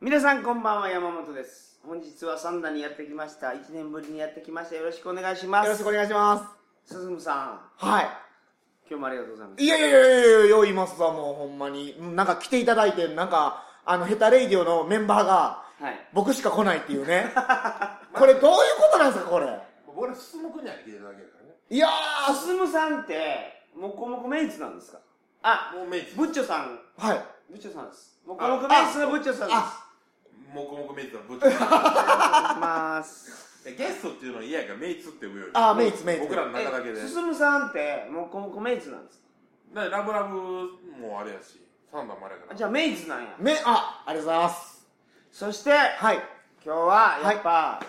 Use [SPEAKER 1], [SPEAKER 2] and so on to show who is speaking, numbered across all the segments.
[SPEAKER 1] 皆さんこんばんは山本です本日は三田にやってきました1年ぶりにやってきましたよろしくお願いします
[SPEAKER 2] よろしくお願いしま
[SPEAKER 1] 進さん
[SPEAKER 2] す。は
[SPEAKER 1] 今日もありがとうございます
[SPEAKER 2] い。いやいやいやいやいや、よ、今さ、もうほんまに。うんなんか来ていただいて、なんか、あの、ヘタレイディオのメンバーが、
[SPEAKER 1] はい
[SPEAKER 2] 僕しか来ないっていう ね。これどういうことなんですか、これ。
[SPEAKER 3] 僕ら進むくんには聞いてるだけだからね
[SPEAKER 2] いや
[SPEAKER 1] 進さんってもこもこメイツなんですかあ
[SPEAKER 3] もうメイツ
[SPEAKER 1] ブッチョさん
[SPEAKER 2] ーはい。
[SPEAKER 1] ブッチョさんですもこもこメイツのブッチョさんです
[SPEAKER 3] もこもこメイツのぶっちゃけ
[SPEAKER 1] ありがとうございます
[SPEAKER 3] ゲストっていうのは嫌やからメイツって呼ぶより
[SPEAKER 2] あー、メイツ、メイツ。
[SPEAKER 3] 僕らの中だけで
[SPEAKER 1] え進さんってもこもこメイツなんですか
[SPEAKER 3] だってラブラブもあれやしサンダーもあれやか
[SPEAKER 1] あ
[SPEAKER 3] ら
[SPEAKER 1] じゃあメイツなんや
[SPEAKER 2] め、あ、ありがとうございます。
[SPEAKER 1] そして今
[SPEAKER 2] はい。
[SPEAKER 1] 日はやっぱ、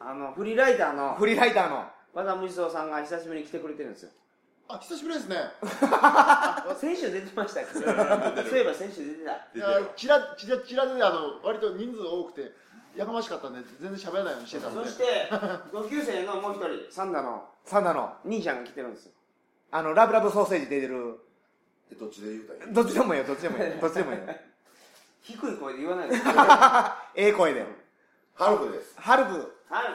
[SPEAKER 1] あのフリーライターの
[SPEAKER 2] フリーライターの。
[SPEAKER 1] 和田無双さんが久しぶりに来てくれてるんですよ
[SPEAKER 4] あ、久しぶりですね。
[SPEAKER 1] あ先週出てましたっけ そういえば先週出てた
[SPEAKER 4] い
[SPEAKER 3] 出て
[SPEAKER 4] や
[SPEAKER 3] る
[SPEAKER 4] チラチラチラであの割と人数多くてやかましかったんで全然喋らないようにしてたんで
[SPEAKER 1] そ。して同級生のもう一人サンダの
[SPEAKER 2] サンダの、
[SPEAKER 1] 兄ちゃんが来てるんですよ
[SPEAKER 2] あの、ラブラブソーセージ出てる。
[SPEAKER 3] えどっちで言うたらいい
[SPEAKER 2] どっちでもいいよ、どっちでもい いよ。どっちでもいいよ。
[SPEAKER 1] 低い声で言わ ないでくださ
[SPEAKER 2] ええ声で。
[SPEAKER 3] ハルクです
[SPEAKER 2] ハルク、
[SPEAKER 1] いハル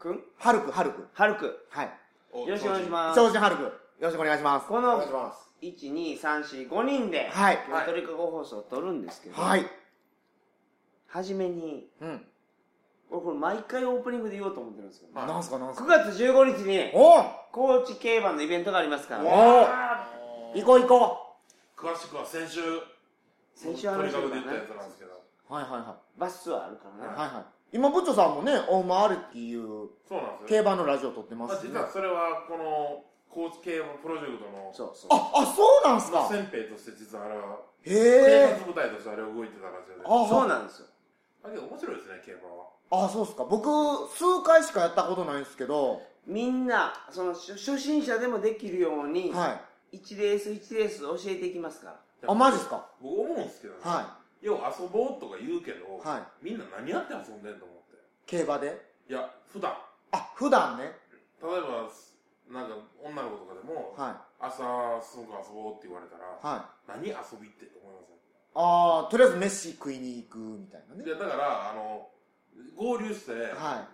[SPEAKER 1] くん
[SPEAKER 2] ハルク、ハルク。
[SPEAKER 1] ハルク
[SPEAKER 2] はい。
[SPEAKER 3] よ
[SPEAKER 1] よろしくお願いします
[SPEAKER 2] 超人ハルク。よろしくお願いします。
[SPEAKER 1] こ
[SPEAKER 3] お
[SPEAKER 1] の
[SPEAKER 3] 願いします
[SPEAKER 1] 12345人で
[SPEAKER 2] はい
[SPEAKER 1] 今日トリカゴ放送を撮るんですけど
[SPEAKER 2] はい。
[SPEAKER 1] 初めに
[SPEAKER 2] うん。
[SPEAKER 1] 俺これ毎回オープニングで言おうと思ってるんですけど
[SPEAKER 3] はい
[SPEAKER 2] なんすか、なんす
[SPEAKER 1] 9
[SPEAKER 2] か。
[SPEAKER 1] 月15日に
[SPEAKER 2] おん
[SPEAKER 1] 高知競馬のイベントがありますから
[SPEAKER 2] お
[SPEAKER 1] ね
[SPEAKER 2] お行こう行こ
[SPEAKER 3] 詳しくは先週
[SPEAKER 1] 先週話して
[SPEAKER 3] と
[SPEAKER 1] る
[SPEAKER 3] に
[SPEAKER 1] から
[SPEAKER 3] かく出てたや
[SPEAKER 1] ね
[SPEAKER 3] つなんですけど
[SPEAKER 2] うはいはいは
[SPEAKER 1] バスツアーあるから
[SPEAKER 2] い。
[SPEAKER 1] ね
[SPEAKER 2] はいはい。今、部長さんもね、大馬あるっていう
[SPEAKER 3] そうなんです
[SPEAKER 2] 競
[SPEAKER 3] よ
[SPEAKER 2] 馬のラジオ撮ってま
[SPEAKER 3] あ
[SPEAKER 2] すよ
[SPEAKER 3] 実
[SPEAKER 2] ね。
[SPEAKER 3] はそれはこの高知系のプロジェクトの
[SPEAKER 1] そうそう
[SPEAKER 2] あ、あ、そうなんすか
[SPEAKER 3] 先兵として実はあれは
[SPEAKER 2] へ
[SPEAKER 3] 警
[SPEAKER 2] え。
[SPEAKER 3] 察部隊としてあれ動いてたらしいので
[SPEAKER 2] あ、
[SPEAKER 1] そう
[SPEAKER 2] な
[SPEAKER 1] な
[SPEAKER 2] ん
[SPEAKER 1] んですよ
[SPEAKER 3] だけど面白いですね競馬は
[SPEAKER 2] あ、そうっすか。僕、数回しかやったことないんですけど、
[SPEAKER 1] みんなその初初心者でもできるように、
[SPEAKER 2] は
[SPEAKER 1] 一1レース1レース教えていきますから
[SPEAKER 2] い。あ、マジっすか
[SPEAKER 3] 僕思うんですけどね、
[SPEAKER 2] は
[SPEAKER 3] よう遊ぼうとか言うけど、
[SPEAKER 2] は
[SPEAKER 3] みんな何やって遊んでんと思っ
[SPEAKER 2] い。
[SPEAKER 3] て
[SPEAKER 2] 競馬で
[SPEAKER 3] いや普段
[SPEAKER 2] あ、普段ね。
[SPEAKER 3] 例えばなんか女の子とかでも、
[SPEAKER 2] は
[SPEAKER 3] 朝すごく遊ぼうって言われたら、
[SPEAKER 2] い。はい。
[SPEAKER 3] 何遊びって思います
[SPEAKER 2] あー、とりあえず飯食いに行くみたいなね
[SPEAKER 3] い。やだからあの合流して、
[SPEAKER 2] は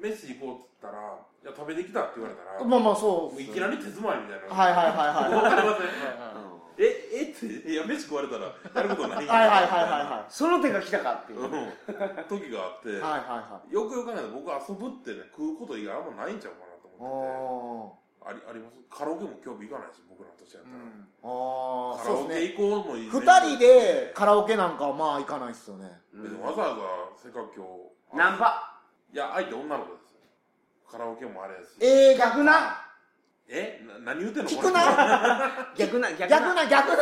[SPEAKER 3] 飯行こうって言ったら「いや食べてきた」って言われたら、
[SPEAKER 2] い。
[SPEAKER 3] も
[SPEAKER 2] まあまあ、そうっ
[SPEAKER 3] う
[SPEAKER 2] す
[SPEAKER 3] いきなり手詰まりみたいな、
[SPEAKER 2] はいはいはいはい。
[SPEAKER 3] わかりません
[SPEAKER 1] うん
[SPEAKER 3] ええっていや飯食われたらやることな
[SPEAKER 2] は
[SPEAKER 3] い
[SPEAKER 2] いはいはいはいは
[SPEAKER 1] その手が来たかっていう、
[SPEAKER 3] うん時があって、
[SPEAKER 2] い。はいはいはい。
[SPEAKER 3] よくよく考えたら僕遊ぶってね食うこと以外あんまないんちゃうかなと思
[SPEAKER 2] お
[SPEAKER 3] っててありありますカラオケも興味いかないし僕らの年やっ
[SPEAKER 4] う
[SPEAKER 3] たら、
[SPEAKER 4] ん
[SPEAKER 2] ー。あー、
[SPEAKER 3] カラ
[SPEAKER 2] そうっ
[SPEAKER 3] オ
[SPEAKER 2] すね
[SPEAKER 3] ケ。行こうもいい、
[SPEAKER 2] 二人でカラオケなんかはまあ行かないっすよね
[SPEAKER 3] 別にわざわざせっかく今日
[SPEAKER 1] ナンパ
[SPEAKER 3] いや相手女の子ですよカラオケもあれやし
[SPEAKER 2] ええ
[SPEAKER 1] 逆な
[SPEAKER 3] えな何言うてんの
[SPEAKER 2] 聞く
[SPEAKER 3] こ
[SPEAKER 2] な
[SPEAKER 1] 逆な逆な
[SPEAKER 2] 逆な逆な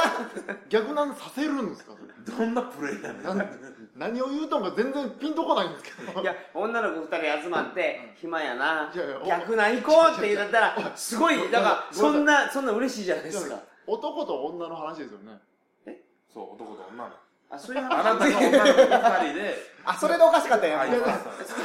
[SPEAKER 4] 逆なんさせるんですか。それ
[SPEAKER 3] れ どんなプレイやねん
[SPEAKER 4] なん何を言うとんか全然ピンとこないんですけど。
[SPEAKER 1] いや女の子2人集まって暇やない
[SPEAKER 4] やいやお
[SPEAKER 1] 逆な行こうって言ったらすごい
[SPEAKER 4] お
[SPEAKER 1] だから
[SPEAKER 4] ご
[SPEAKER 1] そ
[SPEAKER 4] め
[SPEAKER 1] ん
[SPEAKER 4] ん
[SPEAKER 1] なそんな嬉しいじゃないですか
[SPEAKER 4] 男と女の話ですよね。
[SPEAKER 3] そう男と女の
[SPEAKER 1] あそういう
[SPEAKER 3] あなたが
[SPEAKER 1] 話
[SPEAKER 3] 女の 子2人で
[SPEAKER 2] あそれでおかしかったよ
[SPEAKER 3] あ
[SPEAKER 2] や
[SPEAKER 3] い
[SPEAKER 2] ん
[SPEAKER 3] ま
[SPEAKER 2] か
[SPEAKER 3] し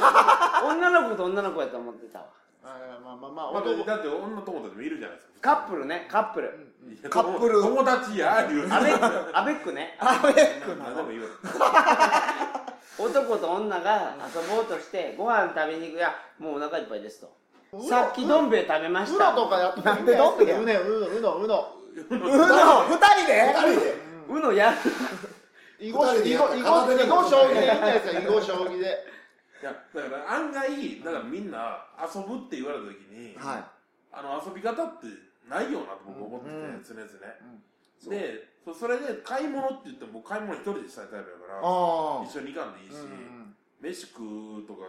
[SPEAKER 3] た
[SPEAKER 1] 女の子と女の子やと思ってたわ
[SPEAKER 4] あーまあまあまあ
[SPEAKER 3] まあ
[SPEAKER 4] 男。
[SPEAKER 3] だって女友達もいるじゃないです
[SPEAKER 1] カ
[SPEAKER 3] か
[SPEAKER 1] ップルねカップル
[SPEAKER 3] いや
[SPEAKER 2] カップル
[SPEAKER 3] 友達や言う
[SPEAKER 1] アベックアベックね
[SPEAKER 2] あれ
[SPEAKER 3] 何でも言う
[SPEAKER 1] 男と女が遊ぼうとしてご飯食べに行くやもうお腹いっぱいですと
[SPEAKER 4] う
[SPEAKER 1] さっきどん兵衛食べまし
[SPEAKER 4] う
[SPEAKER 1] た
[SPEAKER 4] のとかやって
[SPEAKER 2] なんでどんぐりや
[SPEAKER 4] うねうのうのうの。
[SPEAKER 2] うの二人で
[SPEAKER 1] うのやる
[SPEAKER 4] 囲碁
[SPEAKER 5] 二人
[SPEAKER 4] 囲
[SPEAKER 5] でやっ
[SPEAKER 4] 碁
[SPEAKER 5] た
[SPEAKER 4] 囲碁囲
[SPEAKER 5] 片手で
[SPEAKER 4] 碁将棋でやったやつや囲碁将棋で。
[SPEAKER 3] いやだから案外だからみんな遊ぶって言われた時に、
[SPEAKER 2] は
[SPEAKER 3] あの遊び方ってないよなと僕思ってて、
[SPEAKER 2] うん
[SPEAKER 3] 常々ね、
[SPEAKER 2] うん
[SPEAKER 3] でそそれで買い物って言っても僕買い物一人でしたいタイプやから
[SPEAKER 2] あ
[SPEAKER 3] 一緒に行かんでいいし、
[SPEAKER 4] うん
[SPEAKER 3] 飯食うとか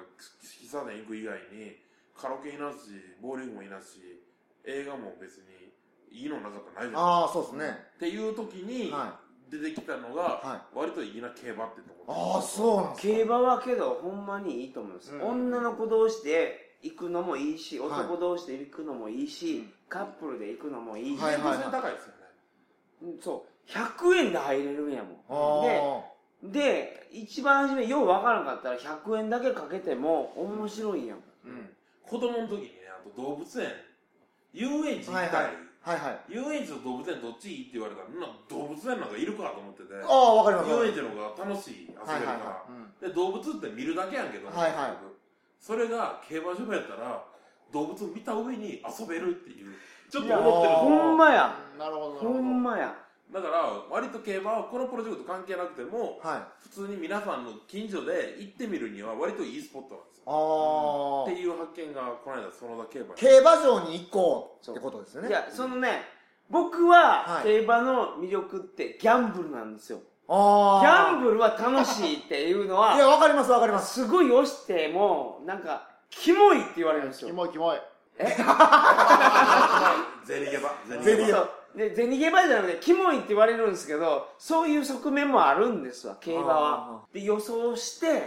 [SPEAKER 3] 喫茶店行く以外にカラオケいなしボーリングもいなし映画も別にいいのなかったらないじゃんっ
[SPEAKER 2] ああそうっすね
[SPEAKER 3] ていう時に
[SPEAKER 2] は
[SPEAKER 3] 出てきたのが、
[SPEAKER 2] は
[SPEAKER 3] 割といいな競馬ってとこ
[SPEAKER 2] ああそうなんす
[SPEAKER 1] 競馬はけどほんまにいいと思います、
[SPEAKER 4] うん
[SPEAKER 1] 女の子同士で行くのもいいし
[SPEAKER 2] はい
[SPEAKER 1] 男同士で行くのもいいし、
[SPEAKER 4] うん
[SPEAKER 1] カップルで行くのもいいし、
[SPEAKER 2] はい
[SPEAKER 3] 全然高いですよね、
[SPEAKER 1] うんそう100円で入れるんやもんで
[SPEAKER 2] あ
[SPEAKER 1] で一番初めようわからんかったら100円だけかけても面白いんやもん
[SPEAKER 3] うん子供の時にねあと動物園遊園地行きたい
[SPEAKER 2] はいはいはいはい。
[SPEAKER 3] 遊園地と動物園どっちいいって言われたら、なんか動物園なんかいるかと思ってて、
[SPEAKER 2] ああ、わかりますわか
[SPEAKER 3] 遊園
[SPEAKER 2] り
[SPEAKER 3] 地の方が楽しい、遊べるから、
[SPEAKER 2] はいはい
[SPEAKER 4] うん
[SPEAKER 3] で、動物って見るだけやんけど、
[SPEAKER 2] はいはい
[SPEAKER 3] 結局それが競馬場やったら、動物見た上に遊べるっていう、ちょ
[SPEAKER 2] い
[SPEAKER 3] っと思ってる
[SPEAKER 2] やー
[SPEAKER 1] ほんまや
[SPEAKER 4] うんなるほどなる
[SPEAKER 1] ほ
[SPEAKER 4] ほど
[SPEAKER 1] んまや
[SPEAKER 3] だから、割と競馬はこのプロジェクト関係なくても、
[SPEAKER 2] ます。はい。
[SPEAKER 3] 普通に皆さんの近所で行ってみるには割といいスポットなんですよ。
[SPEAKER 2] あ
[SPEAKER 3] っ
[SPEAKER 2] あ
[SPEAKER 3] て。いう発見が、この間、そのだ競馬に
[SPEAKER 2] 競馬場に行こうってことですよね。
[SPEAKER 1] い
[SPEAKER 2] あ
[SPEAKER 1] やそのね僕は
[SPEAKER 2] はい
[SPEAKER 1] 競馬の魅力ってギャンブルなんですよギ
[SPEAKER 2] あ。
[SPEAKER 1] ャンブルは楽しいっていうの
[SPEAKER 2] いや、
[SPEAKER 1] は
[SPEAKER 2] わかりますわかります。
[SPEAKER 1] すごい押してもなんかキモいって言われるんです
[SPEAKER 4] キ
[SPEAKER 1] よ
[SPEAKER 4] モいキモい
[SPEAKER 3] ゼリゲバ、ゼ
[SPEAKER 2] ゼリゲバ
[SPEAKER 1] そうで銭ゲバじゃなくてキモいって言われるんですけどそういう側面もあるんですわ競馬はで予想して、
[SPEAKER 2] はい。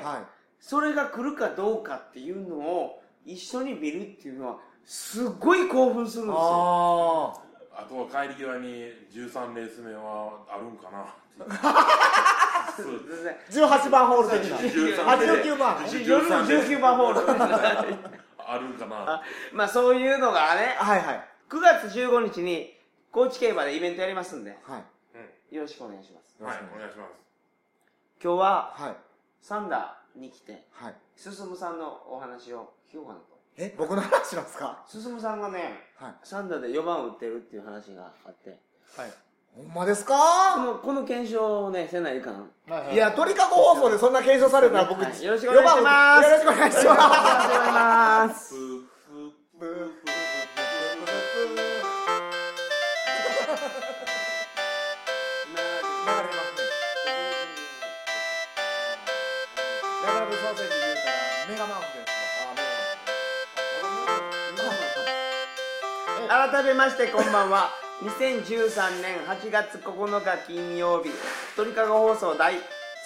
[SPEAKER 1] それが来るかどうかっていうのを一緒に見るっていうのはすっごい興奮するんですよ
[SPEAKER 2] ああ。
[SPEAKER 3] あとは帰り際に13レース目はあるんかな っていうそう
[SPEAKER 1] 全然
[SPEAKER 2] 18番ホール的な。
[SPEAKER 3] 13レース
[SPEAKER 2] 89番。
[SPEAKER 1] 夜の19番ホール
[SPEAKER 3] あるんかな
[SPEAKER 1] あまあそういうのがね
[SPEAKER 2] はいはい。
[SPEAKER 1] 9月15日に高知競馬でイベントやりますんで
[SPEAKER 2] はい。
[SPEAKER 1] よろしくお願いします
[SPEAKER 3] うんはいお願いします
[SPEAKER 1] 今日は
[SPEAKER 2] はい。
[SPEAKER 1] サンダーに来て
[SPEAKER 2] はい。
[SPEAKER 1] 進さんのお話を聞こうかなと
[SPEAKER 2] え、僕の話なんですか
[SPEAKER 1] 進さんがね
[SPEAKER 2] はい。
[SPEAKER 1] サンダーで4番打ってるっていう話があって
[SPEAKER 4] はい
[SPEAKER 2] ほんまです
[SPEAKER 1] こ
[SPEAKER 2] か
[SPEAKER 1] のこの検証をねせないかん
[SPEAKER 4] はいはい
[SPEAKER 2] いや、鳥かご放送でそんな検証されたら僕、
[SPEAKER 1] はいよろしくお願いします
[SPEAKER 2] よろしくお願 いしま
[SPEAKER 1] あ
[SPEAKER 2] す。
[SPEAKER 1] りがとうございます
[SPEAKER 3] プープープープ
[SPEAKER 2] ラガルソーセージ言うたらメガマウスですわ
[SPEAKER 1] 改めましてこんばんは2013年8月9日金曜日鳥かご放送第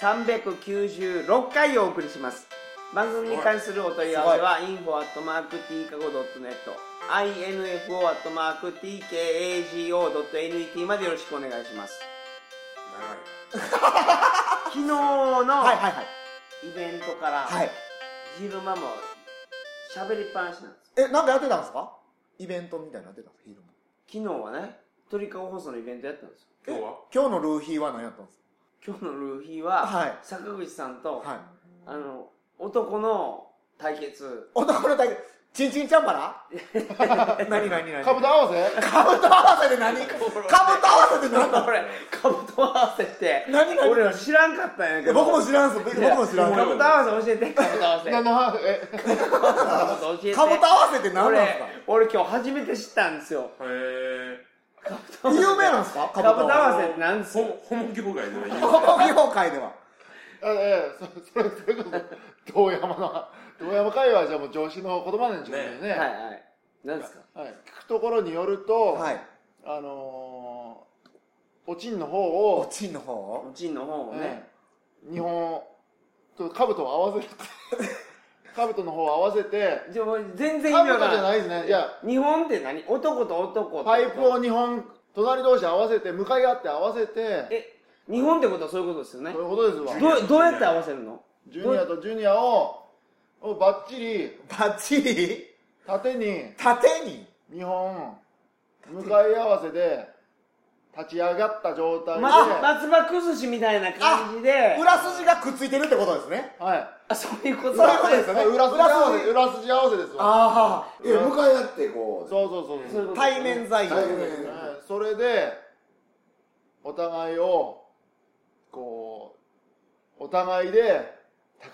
[SPEAKER 1] 396回をお送りします番組に関するお問い合わせは info info.tkago.net までよろしくお願いします昨日の
[SPEAKER 2] はいはいはい
[SPEAKER 1] イベントから
[SPEAKER 2] はい
[SPEAKER 1] 昼間も喋りっぱなしなんです
[SPEAKER 2] えなんかやってたんですかイベントみたいなのやってたんですか昼も
[SPEAKER 1] 昨日はね鳥かご放送のイベントやったんですよ
[SPEAKER 3] 長い長い今日は
[SPEAKER 2] 今日のルーヒーは何やったんです
[SPEAKER 1] 今日のルーヒー
[SPEAKER 2] か
[SPEAKER 1] は、
[SPEAKER 2] はい
[SPEAKER 1] 坂口さんと、
[SPEAKER 2] はい
[SPEAKER 1] あの男の対 決
[SPEAKER 2] 男の対決チンチンチャンバラ何何何
[SPEAKER 4] かぶと合わせ
[SPEAKER 2] かぶと合わせで何かぶと合わせで何だ
[SPEAKER 1] これかぶと合わせって
[SPEAKER 2] 何何
[SPEAKER 1] 俺ら知らんかったんやけ
[SPEAKER 2] え
[SPEAKER 1] ど
[SPEAKER 2] 僕も知らんす僕も知らん
[SPEAKER 1] か
[SPEAKER 2] か
[SPEAKER 1] ぶ
[SPEAKER 2] ぶ
[SPEAKER 1] と合わせ教えてかぶと合わせ
[SPEAKER 4] な
[SPEAKER 1] か
[SPEAKER 4] なえ
[SPEAKER 1] ぶと教えて
[SPEAKER 2] と合わせって何なんですか
[SPEAKER 1] 俺俺今日初めて知ったんですよ
[SPEAKER 3] へえ
[SPEAKER 2] 有名なんですかか
[SPEAKER 1] かぶ
[SPEAKER 2] ぶと
[SPEAKER 1] と合
[SPEAKER 2] 合わ
[SPEAKER 1] わせってなんですよ
[SPEAKER 3] ホモ業界では言う
[SPEAKER 2] せこの業界では
[SPEAKER 4] あええそそれそれこそ遠山の遠山会話じゃもう上司の言葉なんでしょうね
[SPEAKER 1] はいは
[SPEAKER 4] ね
[SPEAKER 1] いなんですか
[SPEAKER 4] はい聞くところによると
[SPEAKER 2] はい
[SPEAKER 4] あのーおちんの方
[SPEAKER 2] お
[SPEAKER 4] を
[SPEAKER 2] ちんの
[SPEAKER 1] お
[SPEAKER 2] 方
[SPEAKER 1] ちんの方をね、
[SPEAKER 4] うん日本と兜を合わ せる兜の方を合わせて
[SPEAKER 1] じゃあ全然意味わ
[SPEAKER 4] 兜
[SPEAKER 1] か
[SPEAKER 4] じゃ
[SPEAKER 1] らない
[SPEAKER 4] ないですねいや
[SPEAKER 1] 日本って何男と男と
[SPEAKER 4] パイプを2本隣同士合わせて向かい合って合わせて
[SPEAKER 1] え日本ってことはそういうことですよね
[SPEAKER 4] そういうことですわ
[SPEAKER 1] どうどうやって合わせるの
[SPEAKER 4] ジュニアとジュニアををバッチリ
[SPEAKER 2] バッチリ
[SPEAKER 4] 縦に
[SPEAKER 2] 縦に
[SPEAKER 4] 2本向かい合わせで立ち上がった状態で、
[SPEAKER 1] ま松葉崩しみたいな感じで
[SPEAKER 2] 裏筋がくっついてるってことですね
[SPEAKER 4] はい
[SPEAKER 1] あそういうこと
[SPEAKER 2] そういうことですよね
[SPEAKER 4] 裏筋
[SPEAKER 2] 裏
[SPEAKER 4] 合わ
[SPEAKER 2] 筋
[SPEAKER 4] せ裏筋合わせですわ
[SPEAKER 2] あ
[SPEAKER 5] いや向かい合ってこう
[SPEAKER 4] そうそうそう
[SPEAKER 1] そういうこと
[SPEAKER 2] 対面在
[SPEAKER 4] はい
[SPEAKER 5] 面
[SPEAKER 2] 住
[SPEAKER 4] それでお互いをこうお互いで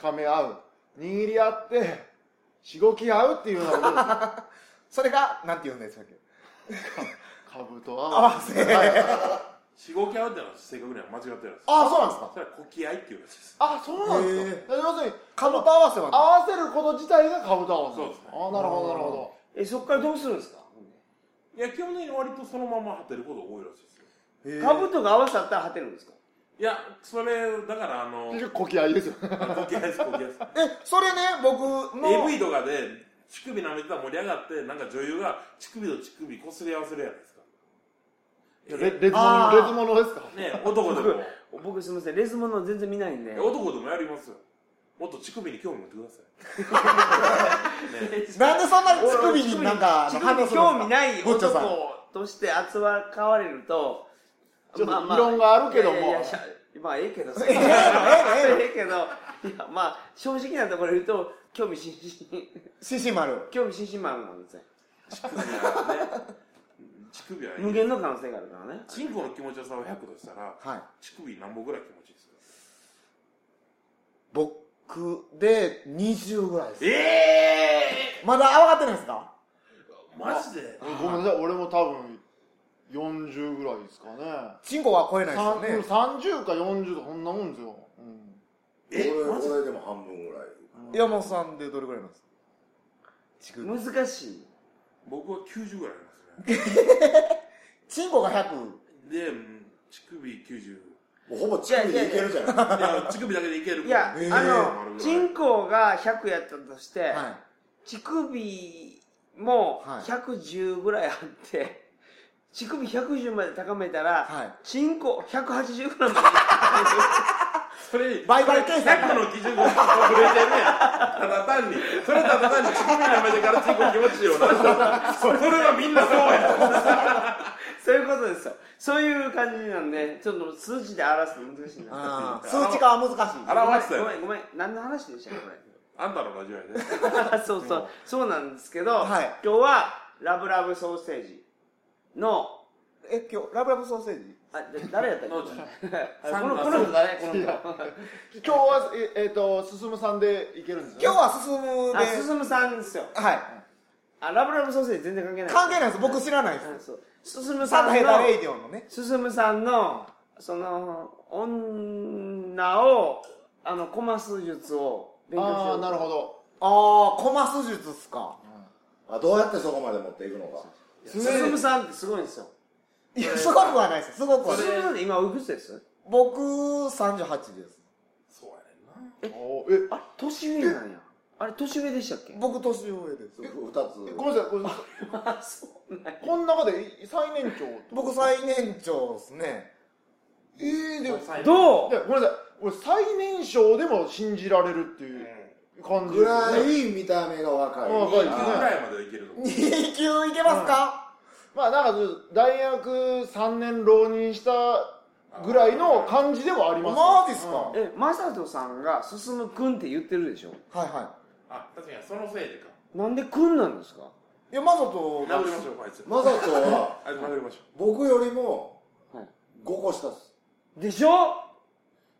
[SPEAKER 4] 高め合う握り合ってしごき合うっていうのが
[SPEAKER 2] それがなんて言うんでしたっけ
[SPEAKER 4] か ぶと合
[SPEAKER 2] 合
[SPEAKER 4] わ
[SPEAKER 2] わせ
[SPEAKER 3] 四五キャラってのは正確には間違ってないです
[SPEAKER 2] ああそうなんですか
[SPEAKER 3] それはこき合いっていうらしいです
[SPEAKER 4] あそうなんです
[SPEAKER 2] へ
[SPEAKER 4] か要するに
[SPEAKER 2] かぶと合わせは
[SPEAKER 4] 合わせること自体がかぶと合わせ
[SPEAKER 3] そうですね
[SPEAKER 4] あなるほどなるほど
[SPEAKER 1] えそっからどうするんですか
[SPEAKER 3] いや基本的に割とそのまま張ってることが多いらしいですよ
[SPEAKER 1] かぶとが合わさったら果てるんですか
[SPEAKER 3] いやそれだからあ の
[SPEAKER 4] 結局こき合いですよね
[SPEAKER 3] こき合いですこき合いです
[SPEAKER 2] えそれね僕の
[SPEAKER 3] AV とかで乳首舐めてたら盛り上がってなんか女優が乳首と乳首こすり合わせるやないですか
[SPEAKER 4] レレズモ
[SPEAKER 2] あ
[SPEAKER 4] ノ
[SPEAKER 2] ー
[SPEAKER 4] レズモノですか
[SPEAKER 3] ね男で も
[SPEAKER 1] 僕すみませんレズモノ全然見ないんで
[SPEAKER 3] 男でもやりますよもっと乳首に興味持ってくださいね
[SPEAKER 2] なんでそんな乳首になんか
[SPEAKER 1] 乳
[SPEAKER 2] 反
[SPEAKER 1] 首に
[SPEAKER 2] 応するんですか
[SPEAKER 1] 興味ない
[SPEAKER 2] ゴッチ
[SPEAKER 1] 男
[SPEAKER 2] ョさん
[SPEAKER 1] をとして扱われると
[SPEAKER 4] ちょっと異論があるけども
[SPEAKER 1] いやいやいやしゃまあええけどさええけどいやまあ正直なところ言うと興味津々
[SPEAKER 2] 獅子丸
[SPEAKER 1] 興味津々もあるもんですね
[SPEAKER 3] 乳首はね乳首は
[SPEAKER 1] 無限の可能性があるからね
[SPEAKER 3] チンコの気持ちよさを100としたら
[SPEAKER 2] はい
[SPEAKER 3] 乳首何本ぐらい気持ちいいですか
[SPEAKER 2] 僕で20ぐらいです
[SPEAKER 3] ええ
[SPEAKER 2] まだ上がってないですか
[SPEAKER 3] マジで
[SPEAKER 4] ごめんなさい俺も多分40ぐらいですかね
[SPEAKER 2] チンコは超えないですよ
[SPEAKER 4] 三
[SPEAKER 2] ね
[SPEAKER 4] 30か40とかこんなもんですよ、うん
[SPEAKER 3] え
[SPEAKER 5] 俺
[SPEAKER 3] マジ
[SPEAKER 5] 俺でも半分ぐらい
[SPEAKER 2] 山本さんでどれぐらいなんですか乳首
[SPEAKER 1] 難しい
[SPEAKER 3] 僕は90ぐらいありますね
[SPEAKER 2] チンコが100
[SPEAKER 3] でうん乳首90い
[SPEAKER 5] もうほぼ近くでいけるじゃない
[SPEAKER 3] や乳首だけでいける
[SPEAKER 1] いや、
[SPEAKER 2] えー
[SPEAKER 1] あの人口が100やったとして、
[SPEAKER 2] はい
[SPEAKER 1] 乳首も
[SPEAKER 2] はい
[SPEAKER 1] 110ぐらいあって、 乳首110まで高めたら、
[SPEAKER 2] はい
[SPEAKER 1] チンコ180ぐらいまで
[SPEAKER 3] それ
[SPEAKER 2] 倍々計算
[SPEAKER 3] 100の基準が震えてんねやただ単にそれただ単に乳首のやめてからチンコ気持ちいいよな それはみんなそうや
[SPEAKER 1] そういうことですよそういう感じなんでちょっと数字で表すの難しいな
[SPEAKER 2] あー数値化は難しい
[SPEAKER 3] あ表した
[SPEAKER 1] ご
[SPEAKER 3] よ
[SPEAKER 1] めんごめんごめん何の話でしたっけこれ
[SPEAKER 3] あんたのラジオやで
[SPEAKER 1] そうそう、そうなんですけど、
[SPEAKER 2] はい
[SPEAKER 1] 今日はラブラブソーセージの、
[SPEAKER 2] え今日ラブラブソーセージ
[SPEAKER 1] あ、で誰やったっ
[SPEAKER 3] の
[SPEAKER 1] けこの、この人だね、この人。
[SPEAKER 4] 今日はええっと進さんでいけるんですよ、ね、
[SPEAKER 2] 今日は進む
[SPEAKER 1] あ、
[SPEAKER 2] で
[SPEAKER 1] 進さんですよ。
[SPEAKER 2] は
[SPEAKER 1] あ、ラブラブソーセージ全然関係ないい。
[SPEAKER 2] 関係ないです僕知らないです
[SPEAKER 1] そう。進
[SPEAKER 2] サ
[SPEAKER 1] さ
[SPEAKER 2] タ
[SPEAKER 1] ん
[SPEAKER 2] ヘタレイ
[SPEAKER 1] の、
[SPEAKER 2] ディオンのね
[SPEAKER 1] 進さんの、その、女を、あの、こます術を勉強し
[SPEAKER 4] あ
[SPEAKER 1] よ
[SPEAKER 4] あ
[SPEAKER 1] う。
[SPEAKER 4] なるほど
[SPEAKER 2] ああコマス術っすか
[SPEAKER 5] あどうやってそこまどうやってそこまで持っていくのか
[SPEAKER 1] 進さんってすごいんですよ。
[SPEAKER 2] いやすごくはないですすごくはない
[SPEAKER 1] 進さんって今おいくつです
[SPEAKER 2] 僕38です
[SPEAKER 3] そうやねんな
[SPEAKER 4] おーえ
[SPEAKER 1] あれ、年上なんや。あれ、年上でしたっ け
[SPEAKER 2] 僕年上です
[SPEAKER 5] 二
[SPEAKER 4] え
[SPEAKER 5] つ
[SPEAKER 4] ごめんなさいこれ
[SPEAKER 1] あ、そうなんや。
[SPEAKER 4] この中でい最年長って
[SPEAKER 2] 僕最年長ですね
[SPEAKER 4] えー、でもい
[SPEAKER 1] どう
[SPEAKER 4] やごめんなさい俺最年少でも信じられるっていう感じ
[SPEAKER 5] ぐら
[SPEAKER 4] ね
[SPEAKER 5] い見た目が 若い
[SPEAKER 4] 若い
[SPEAKER 3] 2級ぐらいまではいけると思う
[SPEAKER 2] 2級いけますか
[SPEAKER 4] まあなんか大学3年浪人したぐらいの感じではあります
[SPEAKER 2] マジっすか
[SPEAKER 4] うん
[SPEAKER 1] え、マサトさんが、進くんって言ってるでしょ
[SPEAKER 2] はいは
[SPEAKER 3] あ確かにそのせいでか
[SPEAKER 1] なんでくんなんですか
[SPEAKER 2] いいやマサト
[SPEAKER 3] 殴りましょうこいつ
[SPEAKER 5] マサトは
[SPEAKER 3] あいつ殴りましょ
[SPEAKER 5] 僕よりも
[SPEAKER 1] はい
[SPEAKER 5] 5個下っす
[SPEAKER 1] でしょ
[SPEAKER 3] う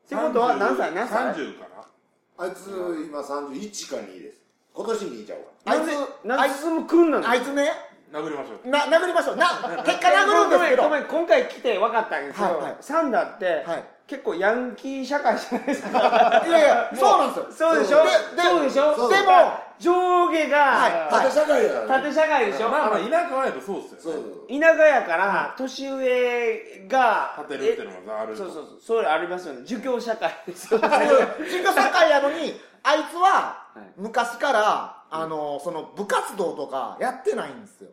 [SPEAKER 1] ってことは何歳何歳
[SPEAKER 3] ?30 かな
[SPEAKER 5] あいつ今31か2です今年2ちゃうか
[SPEAKER 2] あい
[SPEAKER 1] なんで
[SPEAKER 2] つ
[SPEAKER 1] なんで進むくんなの
[SPEAKER 2] あいつね
[SPEAKER 3] 殴りましょう
[SPEAKER 2] な殴りましょうな結果殴るんですけど
[SPEAKER 1] ごめんご
[SPEAKER 2] は
[SPEAKER 1] めん今回来て分かったんですけど、
[SPEAKER 2] はいはい
[SPEAKER 1] サンダーって、
[SPEAKER 2] い
[SPEAKER 1] 結構ヤンキー社会じゃないですか
[SPEAKER 2] いやいやそうなんですよ
[SPEAKER 1] そうでしょ
[SPEAKER 2] で
[SPEAKER 1] そうでしょ
[SPEAKER 5] そう
[SPEAKER 1] でも上下が
[SPEAKER 2] はい
[SPEAKER 5] ら縦社会だからね
[SPEAKER 1] 縦社会でしょ、
[SPEAKER 3] まあまあ田舎はやとそうっす
[SPEAKER 5] そう
[SPEAKER 3] よ
[SPEAKER 5] そ
[SPEAKER 3] ね
[SPEAKER 5] うそう
[SPEAKER 1] 田舎やから年上が
[SPEAKER 3] 立てるっていうのがあ
[SPEAKER 1] え
[SPEAKER 3] る
[SPEAKER 1] そうそうそうそれありますよね儒教社会ですよね
[SPEAKER 2] 中華社会やのにあいつは
[SPEAKER 1] はい
[SPEAKER 2] 昔からあのその部活動とかやってないんですよ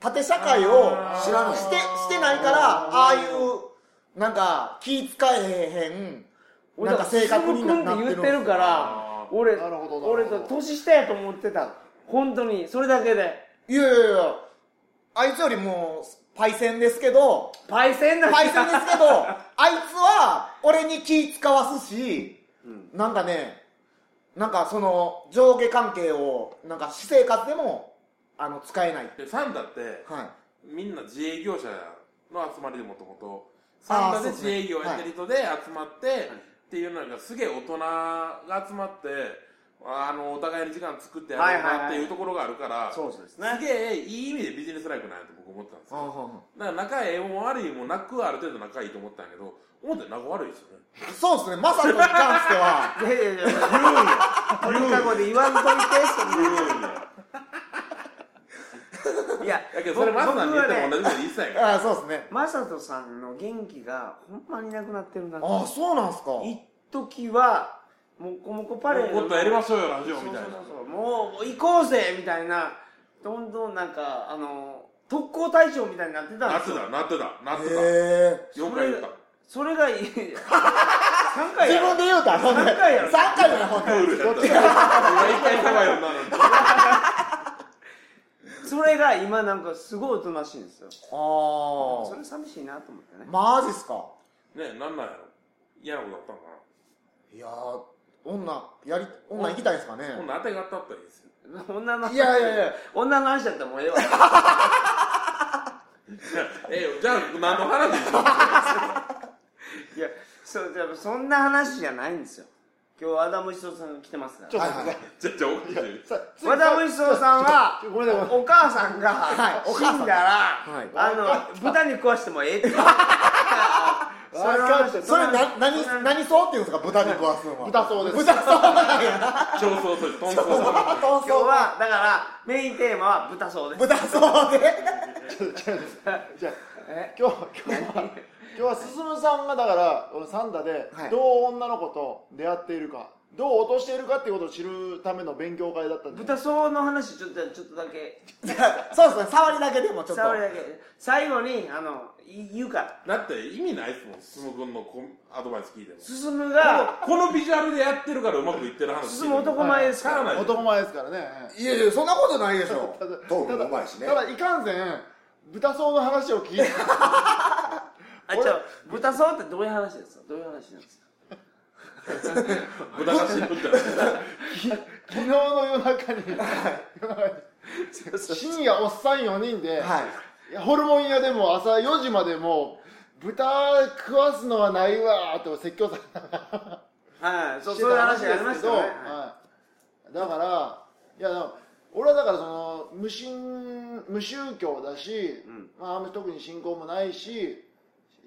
[SPEAKER 2] 縦社会を
[SPEAKER 5] 知らない
[SPEAKER 2] してしてないからああいうなんか気使えへんなんか性格にな
[SPEAKER 1] 進
[SPEAKER 2] なっ
[SPEAKER 1] む
[SPEAKER 2] て
[SPEAKER 1] くんって言っ
[SPEAKER 2] るんです
[SPEAKER 1] てる
[SPEAKER 2] よ
[SPEAKER 1] から
[SPEAKER 3] あー
[SPEAKER 1] 俺
[SPEAKER 4] なるほどなるほど
[SPEAKER 1] 俺と年下やと思ってた本当にそれだけで
[SPEAKER 2] いやいやいやあいつよりもパイセンですけど
[SPEAKER 1] パイセンなんだ
[SPEAKER 2] パイセンですけどあいつは俺に気使わすし、なんかねなんかその上下関係をなんか私生活でもあの使えない
[SPEAKER 3] でサンダって
[SPEAKER 2] はい
[SPEAKER 3] みんな自営業者の集まりでもともとサン
[SPEAKER 2] あー
[SPEAKER 3] ダで
[SPEAKER 2] そう
[SPEAKER 3] 自
[SPEAKER 2] ですね
[SPEAKER 3] 営業やってる人で集まって、っていうのがすげえ大人が集まってあのお互いに時間作ってやろう
[SPEAKER 1] はいはいは
[SPEAKER 3] ないっていうところがあるから、
[SPEAKER 1] そうですね
[SPEAKER 3] すげえいい意味でビジネスライクなんやと僕思ってたんですよだから仲ええも悪いもなくある程度仲いいと思ったんやけど思ったより仲悪いですよね
[SPEAKER 2] そうですねマサトに関しては
[SPEAKER 1] いやいやいや、言うんや。鳥かごで言わんといて、そんな。いや、
[SPEAKER 3] だけどそれマスターに言っても
[SPEAKER 1] ね、
[SPEAKER 3] 同じこと言ってたんやから
[SPEAKER 2] ああそうですね
[SPEAKER 1] マサトさんの元気がほんまになくなってるなって。
[SPEAKER 2] ああそうなんすか
[SPEAKER 1] 一時は、もこもこパレード。
[SPEAKER 3] もっとやりましょうよラジオみたいな
[SPEAKER 1] そうそうそうそうもう行こうぜみたいな、どんどんなんか、あの、特攻隊長みたいになってた
[SPEAKER 3] なんっ
[SPEAKER 1] です
[SPEAKER 3] て
[SPEAKER 1] よ。
[SPEAKER 3] たなってたなってた、
[SPEAKER 2] へえ
[SPEAKER 3] 4回言った
[SPEAKER 1] それがいい。3回
[SPEAKER 2] 自
[SPEAKER 1] や
[SPEAKER 2] 分で言うた3
[SPEAKER 1] 三回やろ
[SPEAKER 2] 3回じゃ ないほんと
[SPEAKER 3] タオルやった。毎回怖い女なんだ。
[SPEAKER 1] そそれが今なんかすごいおとなしいんですよ
[SPEAKER 2] あ
[SPEAKER 1] それ寂しいなと思ってね
[SPEAKER 2] あマジっすか
[SPEAKER 3] ねなんなんやろ嫌なことあったのか
[SPEAKER 2] いやー女やり女行きたいですかね
[SPEAKER 3] な今度当てが当たったらいいですよ
[SPEAKER 1] 女の話
[SPEAKER 2] いやいやいや
[SPEAKER 1] 女の話だったらもうええわ
[SPEAKER 3] ええよじゃあ何の話 でしょう
[SPEAKER 1] いやそうでもそんな話じゃないんですよ今日アダムシソさんが来てますから
[SPEAKER 4] ちょっと待ってください
[SPEAKER 3] じゃあじゃあおかしいよ
[SPEAKER 4] さつい
[SPEAKER 1] 和田文章さんは
[SPEAKER 4] ちょごめんなさい
[SPEAKER 1] おお母さんが
[SPEAKER 2] はいお母
[SPEAKER 1] 死
[SPEAKER 2] さん
[SPEAKER 1] んだら、
[SPEAKER 2] はい
[SPEAKER 1] あの豚に食わしてもええって それの
[SPEAKER 4] わかっ
[SPEAKER 1] 話
[SPEAKER 4] た
[SPEAKER 2] それな何
[SPEAKER 1] そんな
[SPEAKER 2] 何そうっていうんですか豚肉はすのは
[SPEAKER 4] 豚そうです
[SPEAKER 2] 豚そうなんや
[SPEAKER 3] 競争とトン
[SPEAKER 2] 豚
[SPEAKER 3] ソー
[SPEAKER 2] そう
[SPEAKER 1] 今日はだからメインテーマは豚そうです
[SPEAKER 2] 豚そうで
[SPEAKER 4] じゃあ
[SPEAKER 1] え
[SPEAKER 4] 今日は今日は今日はすすむさんがだからこのサンダで
[SPEAKER 2] はい
[SPEAKER 4] どう女の子と出会っているかどう落としているかっていうことを知るための勉強会だったんで
[SPEAKER 1] 豚そうの話ちょっとちょっとだけ
[SPEAKER 2] そうですね触りだけでもちょっと
[SPEAKER 1] 触りだけ最後にあのい言うから
[SPEAKER 3] だって意味ないですもん進君のこアドバイス聞いても
[SPEAKER 1] 進むが
[SPEAKER 3] このビジュアルでやってるからうまくいってる話
[SPEAKER 1] 進む男前です
[SPEAKER 3] し
[SPEAKER 1] から
[SPEAKER 3] ゃあない
[SPEAKER 4] 男前ですからね
[SPEAKER 2] いやいやそんなことないでしょ
[SPEAKER 4] ただ
[SPEAKER 5] トークもうまいしね
[SPEAKER 4] ただいかんせん豚そうの話を聞いて
[SPEAKER 1] あじゃあ豚そうってどういう話ですかどういう話なんですか
[SPEAKER 3] 豚が死ぬみたい
[SPEAKER 4] 昨日の夜中に 夜中に深夜おっさん4人で、
[SPEAKER 2] はい
[SPEAKER 4] いやホルモン屋でも朝4時までもう豚食わすのはないわーって説教されながら
[SPEAKER 1] はいそう
[SPEAKER 4] して
[SPEAKER 1] そういう
[SPEAKER 4] た
[SPEAKER 1] 話があり
[SPEAKER 4] で
[SPEAKER 1] ますし
[SPEAKER 4] け
[SPEAKER 1] た
[SPEAKER 4] ど
[SPEAKER 1] ね
[SPEAKER 4] はいだからいやだから俺はだからその無神無宗教だし、
[SPEAKER 1] ん
[SPEAKER 4] まあ、あんま特に信仰もないし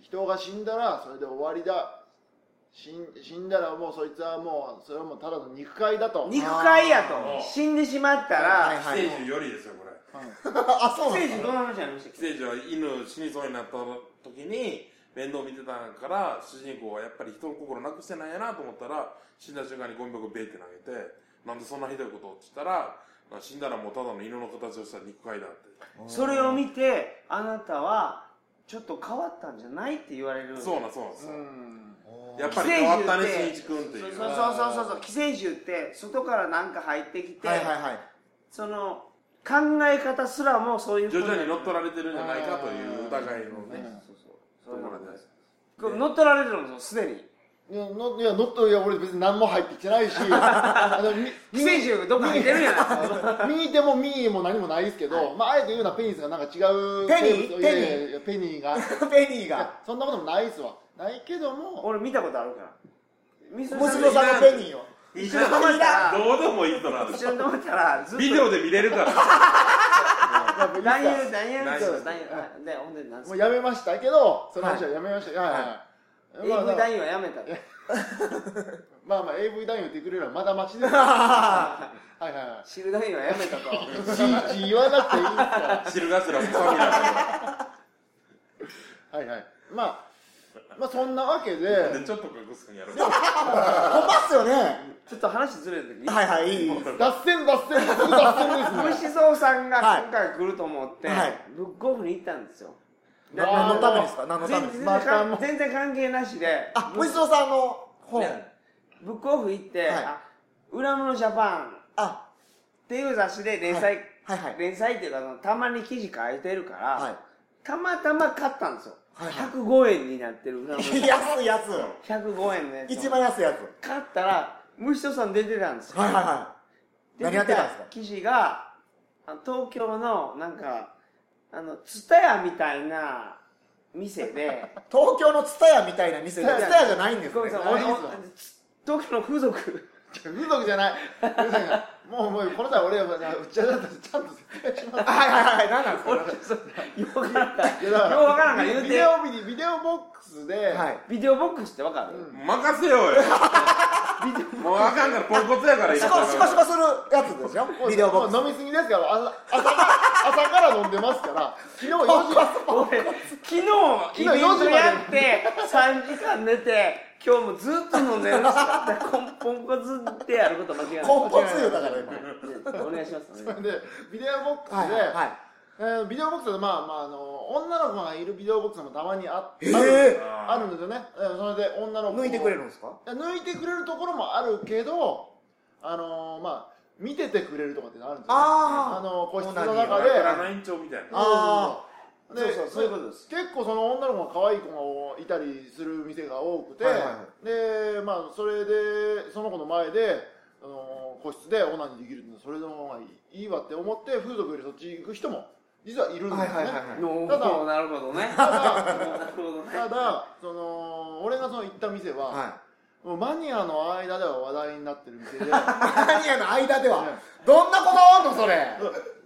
[SPEAKER 4] 人が死んだらそれで終わりだ死ん死んだらもうそいつはもうそれはもうただの肉塊だと
[SPEAKER 1] 肉塊や
[SPEAKER 3] あー
[SPEAKER 1] と死んでしまった
[SPEAKER 2] はい
[SPEAKER 1] ら
[SPEAKER 2] は
[SPEAKER 3] ないステージよりですよこれ
[SPEAKER 2] あそうなん
[SPEAKER 1] ステ
[SPEAKER 2] で
[SPEAKER 1] ー
[SPEAKER 2] す
[SPEAKER 1] ジ
[SPEAKER 2] か
[SPEAKER 1] どんな話ありましたっ
[SPEAKER 3] ス
[SPEAKER 1] け
[SPEAKER 3] テージは犬死にそうになった時に面倒見てたから主人公はやっぱり人の心なくしてないやなと思ったら死んだ瞬間にゴミ箱ベーって投げてなんでそんなひどいことをって言ったら死んだらもうただの犬の形をした肉塊だって
[SPEAKER 1] それを見てあなたはちょっと変わったんじゃないって言われる
[SPEAKER 3] そうなんそうなんです
[SPEAKER 4] う
[SPEAKER 3] よ
[SPEAKER 4] ん
[SPEAKER 3] やっぱり変わったね新一君っていう
[SPEAKER 1] そうそうそうそうそう寄生獣って外からなんか入ってきて、
[SPEAKER 2] はいはいはい
[SPEAKER 1] その考え方すらもそういうふう
[SPEAKER 3] 徐々に乗っ取られてるんじゃないかという疑いの
[SPEAKER 4] う
[SPEAKER 3] ね
[SPEAKER 4] ん
[SPEAKER 1] そうそ
[SPEAKER 3] とこ
[SPEAKER 1] うそういう
[SPEAKER 3] ろ
[SPEAKER 1] の
[SPEAKER 3] で
[SPEAKER 1] これ乗っ取られてるんですよすでに
[SPEAKER 4] いやのいやのっといや俺別に何も入ってきてないしあのみ
[SPEAKER 1] 寄生獣がどっか入ってるんやないです か
[SPEAKER 4] ミーでもミーも何もないですけど、まあ、あえて言うのはペニスがなんか違う
[SPEAKER 2] ペニー
[SPEAKER 4] 生物いやいやいやペニー が
[SPEAKER 2] ペニーが
[SPEAKER 4] そんなこともないですわないけど も
[SPEAKER 1] 俺見たことあるから娘
[SPEAKER 2] 息子さんのペニーを
[SPEAKER 1] 一緒に泊まったら
[SPEAKER 3] どうでもいいとなんで
[SPEAKER 1] 一
[SPEAKER 3] す
[SPEAKER 1] 緒に泊まったらずっと
[SPEAKER 3] ビデオで見れるから
[SPEAKER 1] 男優男優
[SPEAKER 3] 男優
[SPEAKER 1] そう男優でほんでなんすか
[SPEAKER 4] もうやめましたけどその話はやめましたけどはいはい
[SPEAKER 1] AV
[SPEAKER 4] まあまあ
[SPEAKER 1] 男優はやめたって
[SPEAKER 4] まあまあ AV 男優って言ってくれるのはまだマシです はいはいは
[SPEAKER 1] 知る男優はやめたと
[SPEAKER 4] いいちいち言わなくていいですから
[SPEAKER 3] 汁頭もさみな
[SPEAKER 4] はいはいまあまあそんなわけで
[SPEAKER 3] でちょっと隠すんやろ
[SPEAKER 2] ほんまっすよね
[SPEAKER 1] ちょっと話ずれてる
[SPEAKER 2] はいはいいいはい
[SPEAKER 4] 脱線脱線すぐ脱線です ね
[SPEAKER 1] 虫蔵さんが今回来ると思って、
[SPEAKER 2] はい
[SPEAKER 1] ブックオフに行ったんですよ
[SPEAKER 4] な
[SPEAKER 2] 何のためですか何のため
[SPEAKER 1] 全
[SPEAKER 2] です
[SPEAKER 1] 然
[SPEAKER 2] か
[SPEAKER 4] またも
[SPEAKER 1] か全然関係なしで
[SPEAKER 2] あごちそうさんの本
[SPEAKER 3] ね
[SPEAKER 1] ブックオフ行って「
[SPEAKER 2] はい
[SPEAKER 1] あ裏物ジャパン」っ
[SPEAKER 2] あ
[SPEAKER 1] ていう雑誌で連載、
[SPEAKER 2] はいはい
[SPEAKER 1] 連載っていうかそのたまに記事書いてるから、
[SPEAKER 2] はい
[SPEAKER 1] たまたま買ったんですよ、
[SPEAKER 2] はいはい
[SPEAKER 1] 105円になってる裏物
[SPEAKER 2] 安いや
[SPEAKER 1] 105円のや
[SPEAKER 2] つ
[SPEAKER 1] つ
[SPEAKER 2] 一番安いやつ
[SPEAKER 1] 買ったら虫蔵さん出てたんですよ
[SPEAKER 2] はいはいは
[SPEAKER 1] で
[SPEAKER 2] 何やってたんですか
[SPEAKER 1] 見記事があの東京のなんかあの蔦屋みたいな店で
[SPEAKER 2] い東京のツタヤみたいな店でツ
[SPEAKER 1] 蔦屋
[SPEAKER 2] タヤじゃないんです
[SPEAKER 1] ごめ
[SPEAKER 2] ね
[SPEAKER 1] んなさい
[SPEAKER 4] 何
[SPEAKER 1] 俺
[SPEAKER 4] です
[SPEAKER 1] 俺東京の風俗
[SPEAKER 4] 風俗じゃない風俗じゃないもうもうこの際俺は打ち合わせちゃんと説明します
[SPEAKER 2] はいはいはい何なんです か
[SPEAKER 1] 俺そうようわからんから
[SPEAKER 4] い
[SPEAKER 1] よう
[SPEAKER 4] やだから
[SPEAKER 1] わからんから言う
[SPEAKER 4] ビ
[SPEAKER 1] て
[SPEAKER 4] デオビデビデオボックスで、
[SPEAKER 2] はい
[SPEAKER 1] ビデオボックスってわかる
[SPEAKER 3] 任せようよもうあかんからポンコツやから
[SPEAKER 2] シコシコシコするやつでし
[SPEAKER 4] も
[SPEAKER 2] ょ
[SPEAKER 4] う
[SPEAKER 2] ビデオボック
[SPEAKER 4] もう飲みすぎですから朝朝から朝から飲んでますから昨日4時
[SPEAKER 1] 俺昨日イベントやって3時間寝て今日もずっと飲んでるんですからポンポンコツでやること間違いない
[SPEAKER 2] スコンポツ言うたから今はい
[SPEAKER 1] お願いしますお願いします
[SPEAKER 4] でビデオボックスで、
[SPEAKER 2] はいはい
[SPEAKER 4] えービデオボックスでまあまああの女の子がいるビデオボックスもたまにあって、
[SPEAKER 2] え
[SPEAKER 4] あるんですよね、えーそれで女
[SPEAKER 2] ー
[SPEAKER 4] の子を
[SPEAKER 2] 抜いてくれるんですか
[SPEAKER 4] 抜いてくれるところもあるけどあのーまあ見ててくれるとかってのあるんですよ、ね、
[SPEAKER 2] あー
[SPEAKER 4] あの個
[SPEAKER 2] オ
[SPEAKER 4] 室の
[SPEAKER 2] ナニー
[SPEAKER 4] 中
[SPEAKER 2] は
[SPEAKER 4] で
[SPEAKER 3] ラライン長みたいな。
[SPEAKER 2] あ
[SPEAKER 4] あ
[SPEAKER 2] そうそうそういうことです
[SPEAKER 4] 結構その女の子が可愛い子がいたりする店が多くて、
[SPEAKER 2] はいはい
[SPEAKER 4] でまあそれでその子の前で、あの個室でオナニーできるのそれの方がいいいいわって思って風俗よりそっち行く人も実はいるんですね、
[SPEAKER 2] はいはいはいはい
[SPEAKER 1] お
[SPEAKER 4] ただ
[SPEAKER 1] ーなるほどね
[SPEAKER 4] ただ
[SPEAKER 1] なるほどね
[SPEAKER 4] ただその俺がその行った店は、
[SPEAKER 2] は
[SPEAKER 4] もうマニアの間では話題になってる店 で
[SPEAKER 2] いマニアの間ではどんな子がおんのそれは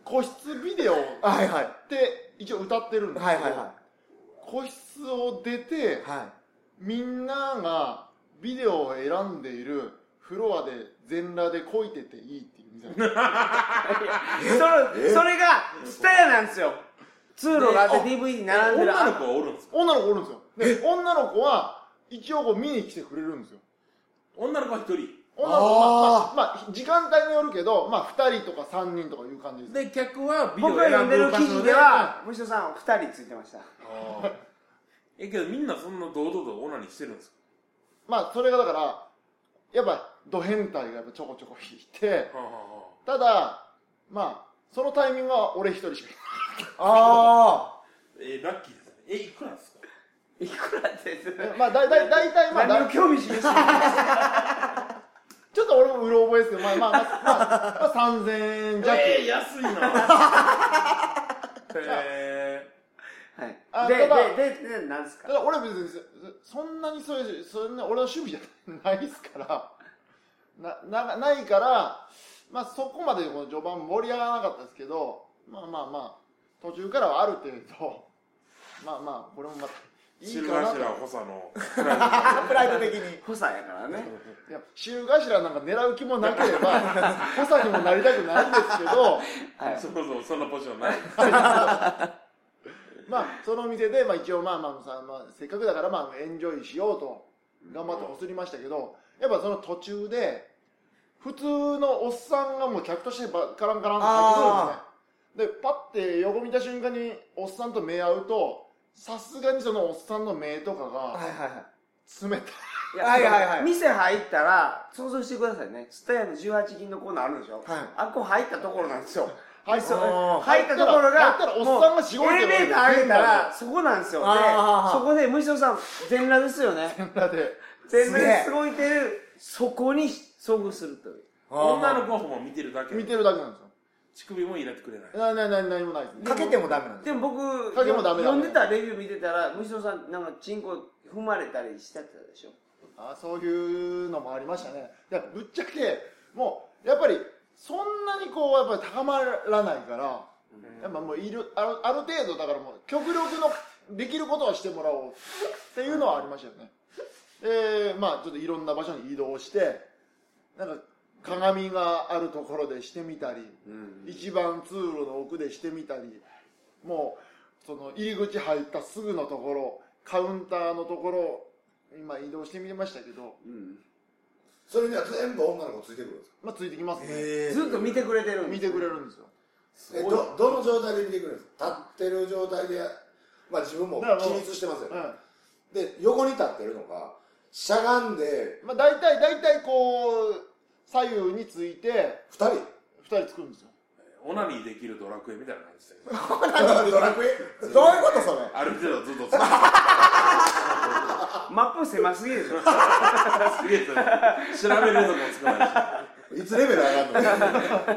[SPEAKER 4] 個室ビデオっ
[SPEAKER 2] いは
[SPEAKER 4] て一応歌ってるん
[SPEAKER 2] い
[SPEAKER 4] です
[SPEAKER 2] は
[SPEAKER 4] け
[SPEAKER 2] い
[SPEAKER 4] ど、
[SPEAKER 2] はいは
[SPEAKER 4] 個室を出て
[SPEAKER 2] いはい
[SPEAKER 4] みんながビデオを選んでいるフロアで全裸でこいてていいっていう店なんです
[SPEAKER 1] それ
[SPEAKER 5] え
[SPEAKER 1] それがスタヤなんですよ通路があって DVD 並んでる
[SPEAKER 3] 女の
[SPEAKER 1] あ
[SPEAKER 3] 子はおるんですか
[SPEAKER 4] 女の子おるんですよで女の子は一応こう見に来てくれるんですよ
[SPEAKER 3] 女の子は一人。
[SPEAKER 4] 女の子はまあ、まあまあ時間帯によるけど、まあ、2人とか3人とかいう感じです
[SPEAKER 3] で、客はビデオ
[SPEAKER 1] 僕が読
[SPEAKER 3] 選
[SPEAKER 1] ん
[SPEAKER 3] ん
[SPEAKER 1] で
[SPEAKER 3] で
[SPEAKER 1] る
[SPEAKER 3] る
[SPEAKER 1] 記
[SPEAKER 3] 場
[SPEAKER 1] 事
[SPEAKER 3] 所
[SPEAKER 1] で
[SPEAKER 3] で。
[SPEAKER 1] はむしろさん2人ついてました
[SPEAKER 3] あーえ、けどみんなそんな堂々とオナニーしてるんですか
[SPEAKER 4] まあそれがだからやっぱド変態がやっぱちょこちょこ引いて
[SPEAKER 3] はあは
[SPEAKER 4] ただまあそのタイミングは俺一人しかいない
[SPEAKER 2] あ
[SPEAKER 3] あはあえー、ラッキーですね。え、いくらですか
[SPEAKER 1] いくらです
[SPEAKER 4] まあだいだいだいたいまあだ
[SPEAKER 1] 何を興味示してる
[SPEAKER 4] ちょっと俺もうろ覚えですけどまあまあまあ、まあまあ、3000円弱、
[SPEAKER 3] えー、安いな。へ
[SPEAKER 1] は
[SPEAKER 4] あ
[SPEAKER 1] いで
[SPEAKER 4] ただ
[SPEAKER 1] でででなんです
[SPEAKER 4] た
[SPEAKER 1] か
[SPEAKER 4] だ俺別にそそんなにそういうそんな俺の趣味じゃないですからななないからまあそこまでこの序盤盛り上がらなかったですけどまあまあまあ途中からはある程度まあまあこれもまた
[SPEAKER 3] え。
[SPEAKER 4] いい
[SPEAKER 3] 知る
[SPEAKER 4] かなと
[SPEAKER 3] 頭補佐の。
[SPEAKER 2] あプライド的に
[SPEAKER 1] 補佐やからね
[SPEAKER 4] いや週頭なんか狙う気もなければ補佐にもなりたくないんですけど
[SPEAKER 1] はい
[SPEAKER 3] そもそもそんなポジションない。
[SPEAKER 4] まあその店で、まあ、一応まあまあさ、まあ、せっかくだからまあエンジョイしようと頑張ってこすりましたけどやっぱその途中で普通のおっさんがもう客としてばカランカランと入ってくるんですねでパッて横見た瞬間におっさんと目合うとさすがにそのおっさんの目とか
[SPEAKER 2] はい
[SPEAKER 4] が
[SPEAKER 2] はいはい
[SPEAKER 4] 冷たい
[SPEAKER 1] や
[SPEAKER 2] はいはいはい
[SPEAKER 1] 店入ったら想像してくださいねスタヤの18銀のコーナーあるでしょ、
[SPEAKER 2] はい
[SPEAKER 1] あっこ入ったところなんですよ
[SPEAKER 4] 入
[SPEAKER 1] そう
[SPEAKER 2] あー
[SPEAKER 1] 入ったところが
[SPEAKER 4] 入ったらおっさんがしごい
[SPEAKER 1] もうエ
[SPEAKER 4] て
[SPEAKER 1] レ
[SPEAKER 4] る
[SPEAKER 1] ベーター上げたらそこなんですよで
[SPEAKER 2] あー
[SPEAKER 1] そこでむしろさん全裸ですよね
[SPEAKER 4] 全裸で
[SPEAKER 1] 全裸ですごいてるそこに遭遇するという
[SPEAKER 3] 女の子も見てるだけ。
[SPEAKER 4] 見てるだけなんですよ
[SPEAKER 3] 乳首もいらってくれない。
[SPEAKER 4] ななな何もないですね
[SPEAKER 2] かけてもダメなんです
[SPEAKER 1] でも僕
[SPEAKER 4] 影もダメだ
[SPEAKER 1] 読んでたレビュー見てたらむしろさんなんかチンコ踏まれたりしてたでしょ
[SPEAKER 4] あそういうのもありましたねいやぶっちゃけもうやっぱりそんなにこうやっぱり高まらないから、やっぱもういるあるある程度だからもう極力のできることはしてもらおうっていうのはありましたよねでまあちょっといろんな場所に移動してなんか鏡があるところでしてみたり、一番通路の奥でしてみたりもうその入り口入ったすぐのところカウンターのところ今移動してみましたけど、
[SPEAKER 5] それには全部女の子ついてくるんですか
[SPEAKER 4] まあ、ついてきますね、
[SPEAKER 2] え
[SPEAKER 1] ずっと見てくれてるんで
[SPEAKER 4] 見
[SPEAKER 1] す
[SPEAKER 4] てくれるんですよ
[SPEAKER 5] えどどの状態で見てくるんですか立ってる状態でまあ自分も
[SPEAKER 4] だからもう
[SPEAKER 5] 起立してますよ
[SPEAKER 4] う
[SPEAKER 5] ね
[SPEAKER 4] ん
[SPEAKER 5] で横に立ってるのがしゃがんで
[SPEAKER 4] まあ、大体大体こう左右について
[SPEAKER 5] 2人
[SPEAKER 4] 2人つくんですよ
[SPEAKER 3] オナニーできるドラクエみたいな感じでしたけど。
[SPEAKER 5] ドラクエ
[SPEAKER 2] どういうことそれ
[SPEAKER 3] ある程度ずっとつな
[SPEAKER 1] マップ狭すぎるでしょ
[SPEAKER 3] すげえそれ調べるとこもつかないし。
[SPEAKER 5] いつレベル上がる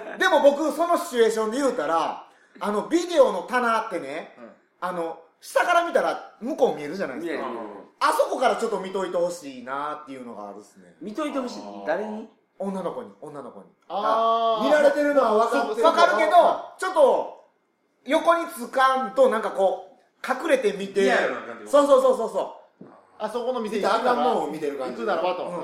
[SPEAKER 5] の
[SPEAKER 2] でも僕そのシチュエーションで言うたらあのビデオの棚ってね、あの下から見たら向こう見えるじゃないです
[SPEAKER 1] 見え
[SPEAKER 2] か
[SPEAKER 1] る
[SPEAKER 2] あそこからちょっと見といてほしいなっていうのがあるっすね
[SPEAKER 1] 見といてほしい誰に
[SPEAKER 2] 女の子に女の子に
[SPEAKER 4] あー
[SPEAKER 5] 見られてるのは分かって
[SPEAKER 2] わかるけど
[SPEAKER 5] あ
[SPEAKER 2] ちょっと横につかんとなんかこう隠れて見て
[SPEAKER 3] リアルな感じ
[SPEAKER 2] そうそうそうそうそ
[SPEAKER 4] あそこの店
[SPEAKER 5] 見
[SPEAKER 4] に
[SPEAKER 5] て
[SPEAKER 4] 行
[SPEAKER 5] あ
[SPEAKER 4] く
[SPEAKER 5] ん
[SPEAKER 4] な
[SPEAKER 5] な
[SPEAKER 4] ら
[SPEAKER 5] もんを見てる
[SPEAKER 4] 行
[SPEAKER 5] 感じ
[SPEAKER 4] くならばと、
[SPEAKER 2] うんうん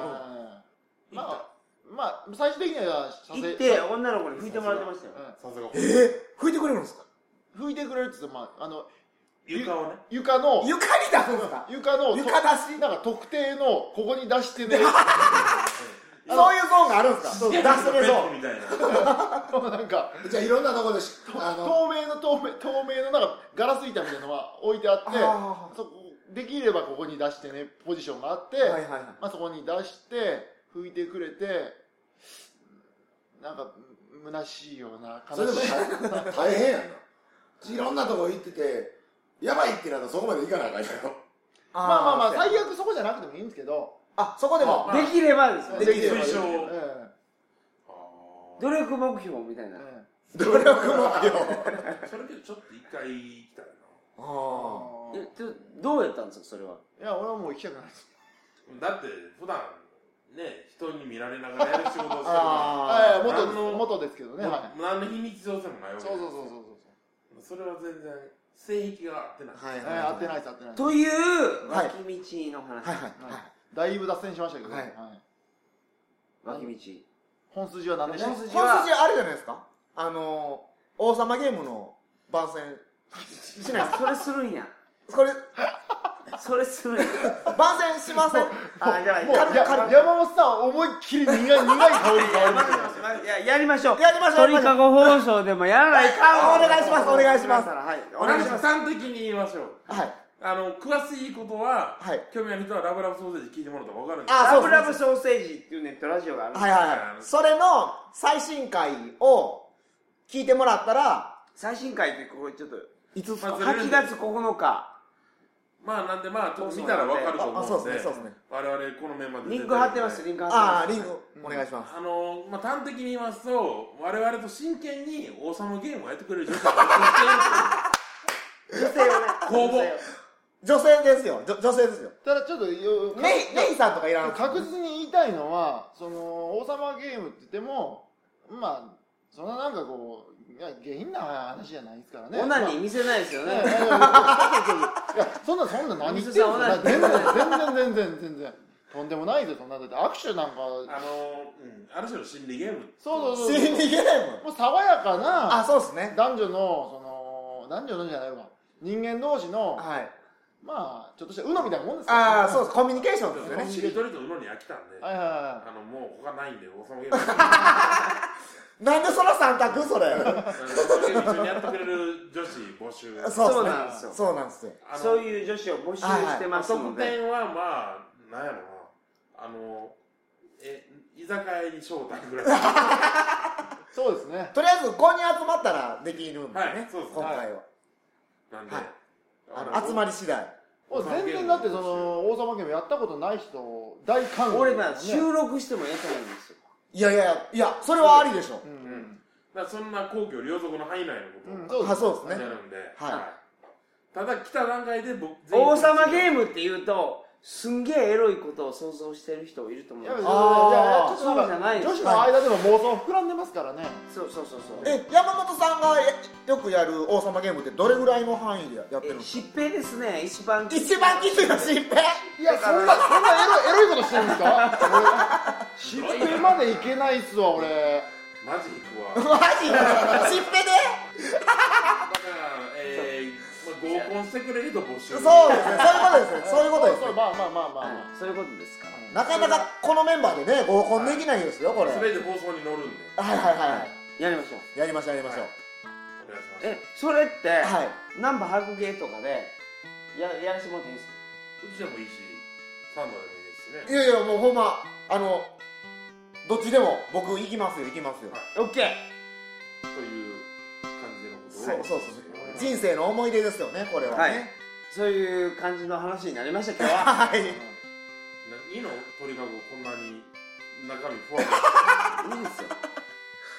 [SPEAKER 4] まあまあ最終的にはさせ
[SPEAKER 1] 行って女の子に拭いてもらってましたよ
[SPEAKER 4] う
[SPEAKER 5] さすが
[SPEAKER 2] うえー、拭いてくれるんですか
[SPEAKER 4] ん拭いてくれるって言ってまああの
[SPEAKER 3] 床をね。
[SPEAKER 4] 床の
[SPEAKER 2] 床に出すんですか
[SPEAKER 4] 床の
[SPEAKER 2] 床
[SPEAKER 4] と
[SPEAKER 2] 出し
[SPEAKER 4] なんか特定のここに出してね
[SPEAKER 2] そういうゾーンがあるんですか出してる
[SPEAKER 3] ベ
[SPEAKER 2] ゾ
[SPEAKER 3] ッ
[SPEAKER 2] ー
[SPEAKER 3] ド
[SPEAKER 2] ン
[SPEAKER 3] みたいな。
[SPEAKER 4] なんか
[SPEAKER 5] じゃあいろんなとこでしあの
[SPEAKER 4] 透明の透明透明のなんかガラス板みたいなのは置いてあって
[SPEAKER 2] あ
[SPEAKER 4] そこできればここに出してねポジションがあって、
[SPEAKER 2] はいはいはい
[SPEAKER 4] まあ、そこに出して拭いてくれてなんか虚しいような
[SPEAKER 5] それ
[SPEAKER 4] 悲
[SPEAKER 5] で
[SPEAKER 4] し
[SPEAKER 5] も
[SPEAKER 4] い
[SPEAKER 5] 大 大変やな。いろんなとこ行ってて、やばいってなったらそこまで行かなあかんやろ。
[SPEAKER 2] ま
[SPEAKER 4] まあまあまあ最悪そこじゃなくてもいいんですけど、
[SPEAKER 2] あそこでも
[SPEAKER 3] まあ
[SPEAKER 1] できればですよ
[SPEAKER 4] で
[SPEAKER 1] ね
[SPEAKER 4] きれば
[SPEAKER 3] 推奨
[SPEAKER 4] ええ
[SPEAKER 3] あー
[SPEAKER 1] 努力目標みたいな
[SPEAKER 4] え
[SPEAKER 5] 努力目標。
[SPEAKER 3] それでちょっと一回行きたいな
[SPEAKER 2] あ
[SPEAKER 4] え
[SPEAKER 1] えちょどうやったんですかそれはい
[SPEAKER 4] や俺はもう行きたくないです
[SPEAKER 3] だって普段ね人に見られながらやる仕事をしてるか
[SPEAKER 2] あ
[SPEAKER 4] ああ元で
[SPEAKER 3] 何の
[SPEAKER 4] す元ですけどね
[SPEAKER 3] ら
[SPEAKER 4] は
[SPEAKER 3] もう何の非日常性もないわ
[SPEAKER 4] い
[SPEAKER 3] け
[SPEAKER 4] そうそうそうそう
[SPEAKER 3] それは全然性癖が合ってない、
[SPEAKER 2] はい
[SPEAKER 4] そう
[SPEAKER 2] はい
[SPEAKER 4] 合ってないです合ってないです
[SPEAKER 1] という
[SPEAKER 2] はい
[SPEAKER 1] 脇道の話、
[SPEAKER 2] はいはい
[SPEAKER 4] はいだいぶ脱線しましたけど
[SPEAKER 2] はい
[SPEAKER 4] はい
[SPEAKER 1] 脇道
[SPEAKER 4] 本筋は何でした
[SPEAKER 1] 本筋
[SPEAKER 2] 本
[SPEAKER 1] は
[SPEAKER 2] 筋あるじゃないですかあの王様ゲームの番宣しないで
[SPEAKER 1] それするんや
[SPEAKER 2] すこれ
[SPEAKER 1] それするんや
[SPEAKER 2] 番宣しま せん
[SPEAKER 1] あじゃあ
[SPEAKER 4] もうや山本さん思いっきり苦い苦い香りがある
[SPEAKER 1] いややりましょう
[SPEAKER 2] やりましょうや
[SPEAKER 1] 鳥
[SPEAKER 2] りましょ
[SPEAKER 1] か
[SPEAKER 2] う
[SPEAKER 1] ご放送でもやらないか
[SPEAKER 2] あお願いしますお願いします
[SPEAKER 1] はいお
[SPEAKER 3] お
[SPEAKER 1] 願い
[SPEAKER 3] 客
[SPEAKER 1] します
[SPEAKER 3] さん的に言いましょう
[SPEAKER 2] はい
[SPEAKER 3] あの詳しいことは、
[SPEAKER 2] はい
[SPEAKER 3] 興味ある人はラブラブソーセージ聞いてもらったら分かるんです
[SPEAKER 2] あ
[SPEAKER 1] ラ
[SPEAKER 2] そう
[SPEAKER 1] ブ
[SPEAKER 2] そう
[SPEAKER 1] ラブソーセージっていうネットラジオがあるんです
[SPEAKER 2] はいはいはいそれの最新回を聞いてもらったら
[SPEAKER 1] 最新回ってここちょっと
[SPEAKER 2] いつっす
[SPEAKER 3] ま
[SPEAKER 2] か
[SPEAKER 3] ずれるん
[SPEAKER 1] 8
[SPEAKER 3] で
[SPEAKER 1] 月9日
[SPEAKER 3] まあなんでまあちょっと見たら分かると思うので
[SPEAKER 2] あそうですねそうですね
[SPEAKER 3] 我々このメンバーで
[SPEAKER 1] リ
[SPEAKER 3] 出
[SPEAKER 1] ンク
[SPEAKER 3] る
[SPEAKER 1] 貼ってますリンク貼
[SPEAKER 2] あ
[SPEAKER 1] っ
[SPEAKER 2] あ
[SPEAKER 1] て
[SPEAKER 2] リ
[SPEAKER 1] ます
[SPEAKER 2] ンクお願いします
[SPEAKER 3] あのまあ、端的に言いますと我々と真剣に王様ゲームをやってくれる女子がや
[SPEAKER 1] 女性をね
[SPEAKER 3] 公募
[SPEAKER 1] 女性を
[SPEAKER 2] 女性ですよ女女性ですよ
[SPEAKER 4] ただちょっと よ
[SPEAKER 2] メイメイさんとかいらん
[SPEAKER 4] 確実に言いたいのはその王様ゲームって言ってもまあそんななんかこういや下品な話じゃないですからね
[SPEAKER 1] オナニー見せないですよ ね
[SPEAKER 4] いや、そんな、そんな何言ってん
[SPEAKER 1] お
[SPEAKER 4] の
[SPEAKER 1] 店さん
[SPEAKER 4] 全然、全然、全然、全然。とんでもないぞ、そんな。だって握手なんか、
[SPEAKER 3] あの、うん、ある種の心理ゲーム
[SPEAKER 4] そうそうそう。
[SPEAKER 2] 心理ゲーム
[SPEAKER 4] もう爽やか
[SPEAKER 2] あ
[SPEAKER 4] な、
[SPEAKER 2] そうですね
[SPEAKER 4] 男女の、その、男女のじゃないわ。人間同士の、
[SPEAKER 2] はい
[SPEAKER 4] まあ、ちょっとした、うのみたいなもんです
[SPEAKER 2] ああそう
[SPEAKER 4] う。
[SPEAKER 2] ですコミュニケーション
[SPEAKER 3] で
[SPEAKER 2] ですよね
[SPEAKER 3] しりとりとうのに飽きたんで、
[SPEAKER 4] はいはいは
[SPEAKER 3] あのもう他ないんで王様ゲーム
[SPEAKER 2] なんでその三択それ
[SPEAKER 3] あの王様ゲーム一緒にやってくれる女子募集
[SPEAKER 1] そうなんですよ
[SPEAKER 2] そうなんですよ
[SPEAKER 3] あの
[SPEAKER 1] そういう女子を募集してますの
[SPEAKER 3] 特
[SPEAKER 1] で、
[SPEAKER 3] 典はまあなんやろなあのえ居酒屋に招待ぐらい
[SPEAKER 4] い。そうですね。
[SPEAKER 2] とりあえず5人集まったらできるんで
[SPEAKER 3] はい
[SPEAKER 2] ね
[SPEAKER 3] そうです
[SPEAKER 2] 今回は
[SPEAKER 3] なんで、
[SPEAKER 2] はい
[SPEAKER 3] あの
[SPEAKER 2] 集まり次第
[SPEAKER 4] もう全然だって、その、王様ゲームやったことない人、大歓迎。
[SPEAKER 1] 俺な
[SPEAKER 4] ね
[SPEAKER 1] 収録してもやってないんですよ
[SPEAKER 2] いやいやいやいやそれはありでしょ
[SPEAKER 4] うんうん。
[SPEAKER 3] だからそんな皇居両族の範囲内のことを、
[SPEAKER 4] うん、
[SPEAKER 2] あそうです
[SPEAKER 3] や
[SPEAKER 2] ね
[SPEAKER 3] るんで、
[SPEAKER 2] はい
[SPEAKER 3] ただ来た段階で僕
[SPEAKER 1] 王様ゲーム
[SPEAKER 3] ム
[SPEAKER 1] っていうとすんげえエロいことを想像してる人いると思う
[SPEAKER 4] い
[SPEAKER 1] ん
[SPEAKER 4] や
[SPEAKER 1] で
[SPEAKER 4] いやいやいや
[SPEAKER 2] あー
[SPEAKER 4] ちょっとなんか
[SPEAKER 1] そうじゃないです
[SPEAKER 4] 女子の間でも妄想膨らんでますからね。
[SPEAKER 1] すよそうそうそうそう
[SPEAKER 2] え山本さんがえよくやる王様ゲームってどれぐらいの範囲でやってるん
[SPEAKER 1] え
[SPEAKER 2] ですか
[SPEAKER 1] 疾病ですね一番
[SPEAKER 2] 一番きついの疾病
[SPEAKER 4] いや、そんな、そんなエロい、エロいことしてるんですか俺、疾病までいけないっすわ、俺。
[SPEAKER 3] マ ジ引くわ
[SPEAKER 2] マジ疾病で
[SPEAKER 3] だから、えーまあ、合コンしてくれると募
[SPEAKER 2] そ
[SPEAKER 3] 集
[SPEAKER 2] うですねそういうことですねそういうことですね
[SPEAKER 4] そうまあまあまあまあ
[SPEAKER 1] はい
[SPEAKER 4] ま
[SPEAKER 1] そういうことですか
[SPEAKER 2] なかなかこのメンバーでね合コンできないですよこれはい
[SPEAKER 3] 全て放送に乗るんで
[SPEAKER 2] はいは
[SPEAKER 1] やりましょう
[SPEAKER 2] いやりましょうやりましょう
[SPEAKER 3] お願いします
[SPEAKER 1] えそれって、
[SPEAKER 2] はい
[SPEAKER 1] ナンバ白芸とかでややらせてもらっていいですか
[SPEAKER 3] うちでもいいしサンドでもいいですし
[SPEAKER 2] い
[SPEAKER 3] ね
[SPEAKER 2] やいやもうほんまあのどっちでも僕行きますよ行きますよ
[SPEAKER 3] は
[SPEAKER 1] オ
[SPEAKER 3] い
[SPEAKER 1] ッケー
[SPEAKER 3] という感じのこと
[SPEAKER 2] そ
[SPEAKER 3] を
[SPEAKER 2] うそうそう人生の思い出ですよねこれは
[SPEAKER 1] はい
[SPEAKER 2] ね
[SPEAKER 1] そういう感じの話になりました今日 は
[SPEAKER 2] はい
[SPEAKER 3] ないいの鳥かごこんなに中身ふわふ わ
[SPEAKER 1] いいですよ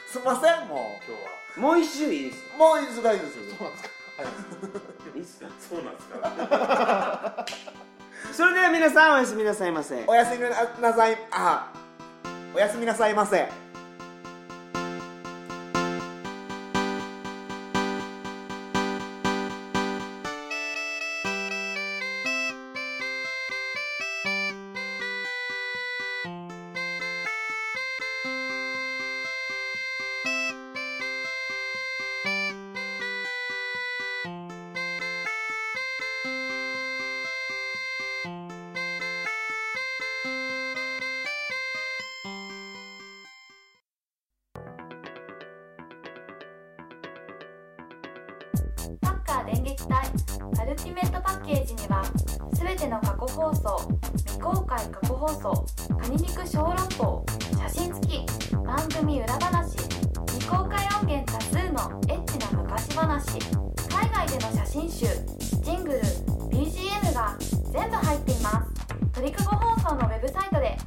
[SPEAKER 2] すいませんも
[SPEAKER 3] 今日は
[SPEAKER 1] もう一周いいです
[SPEAKER 2] うもういいですよ
[SPEAKER 1] いいっすよ
[SPEAKER 3] そうなんですか
[SPEAKER 1] それでは皆さんおやすみなさいませ
[SPEAKER 2] おやすみなさいあおやすみなさいませ
[SPEAKER 6] タッカー電撃隊アルティメットパッケージにはすべての過去放送未公開過去放送カニ肉小籠包写真付き番組裏話誌海外での写真集ジングル BGM が全部入っています鳥かご放送のウェブサイトで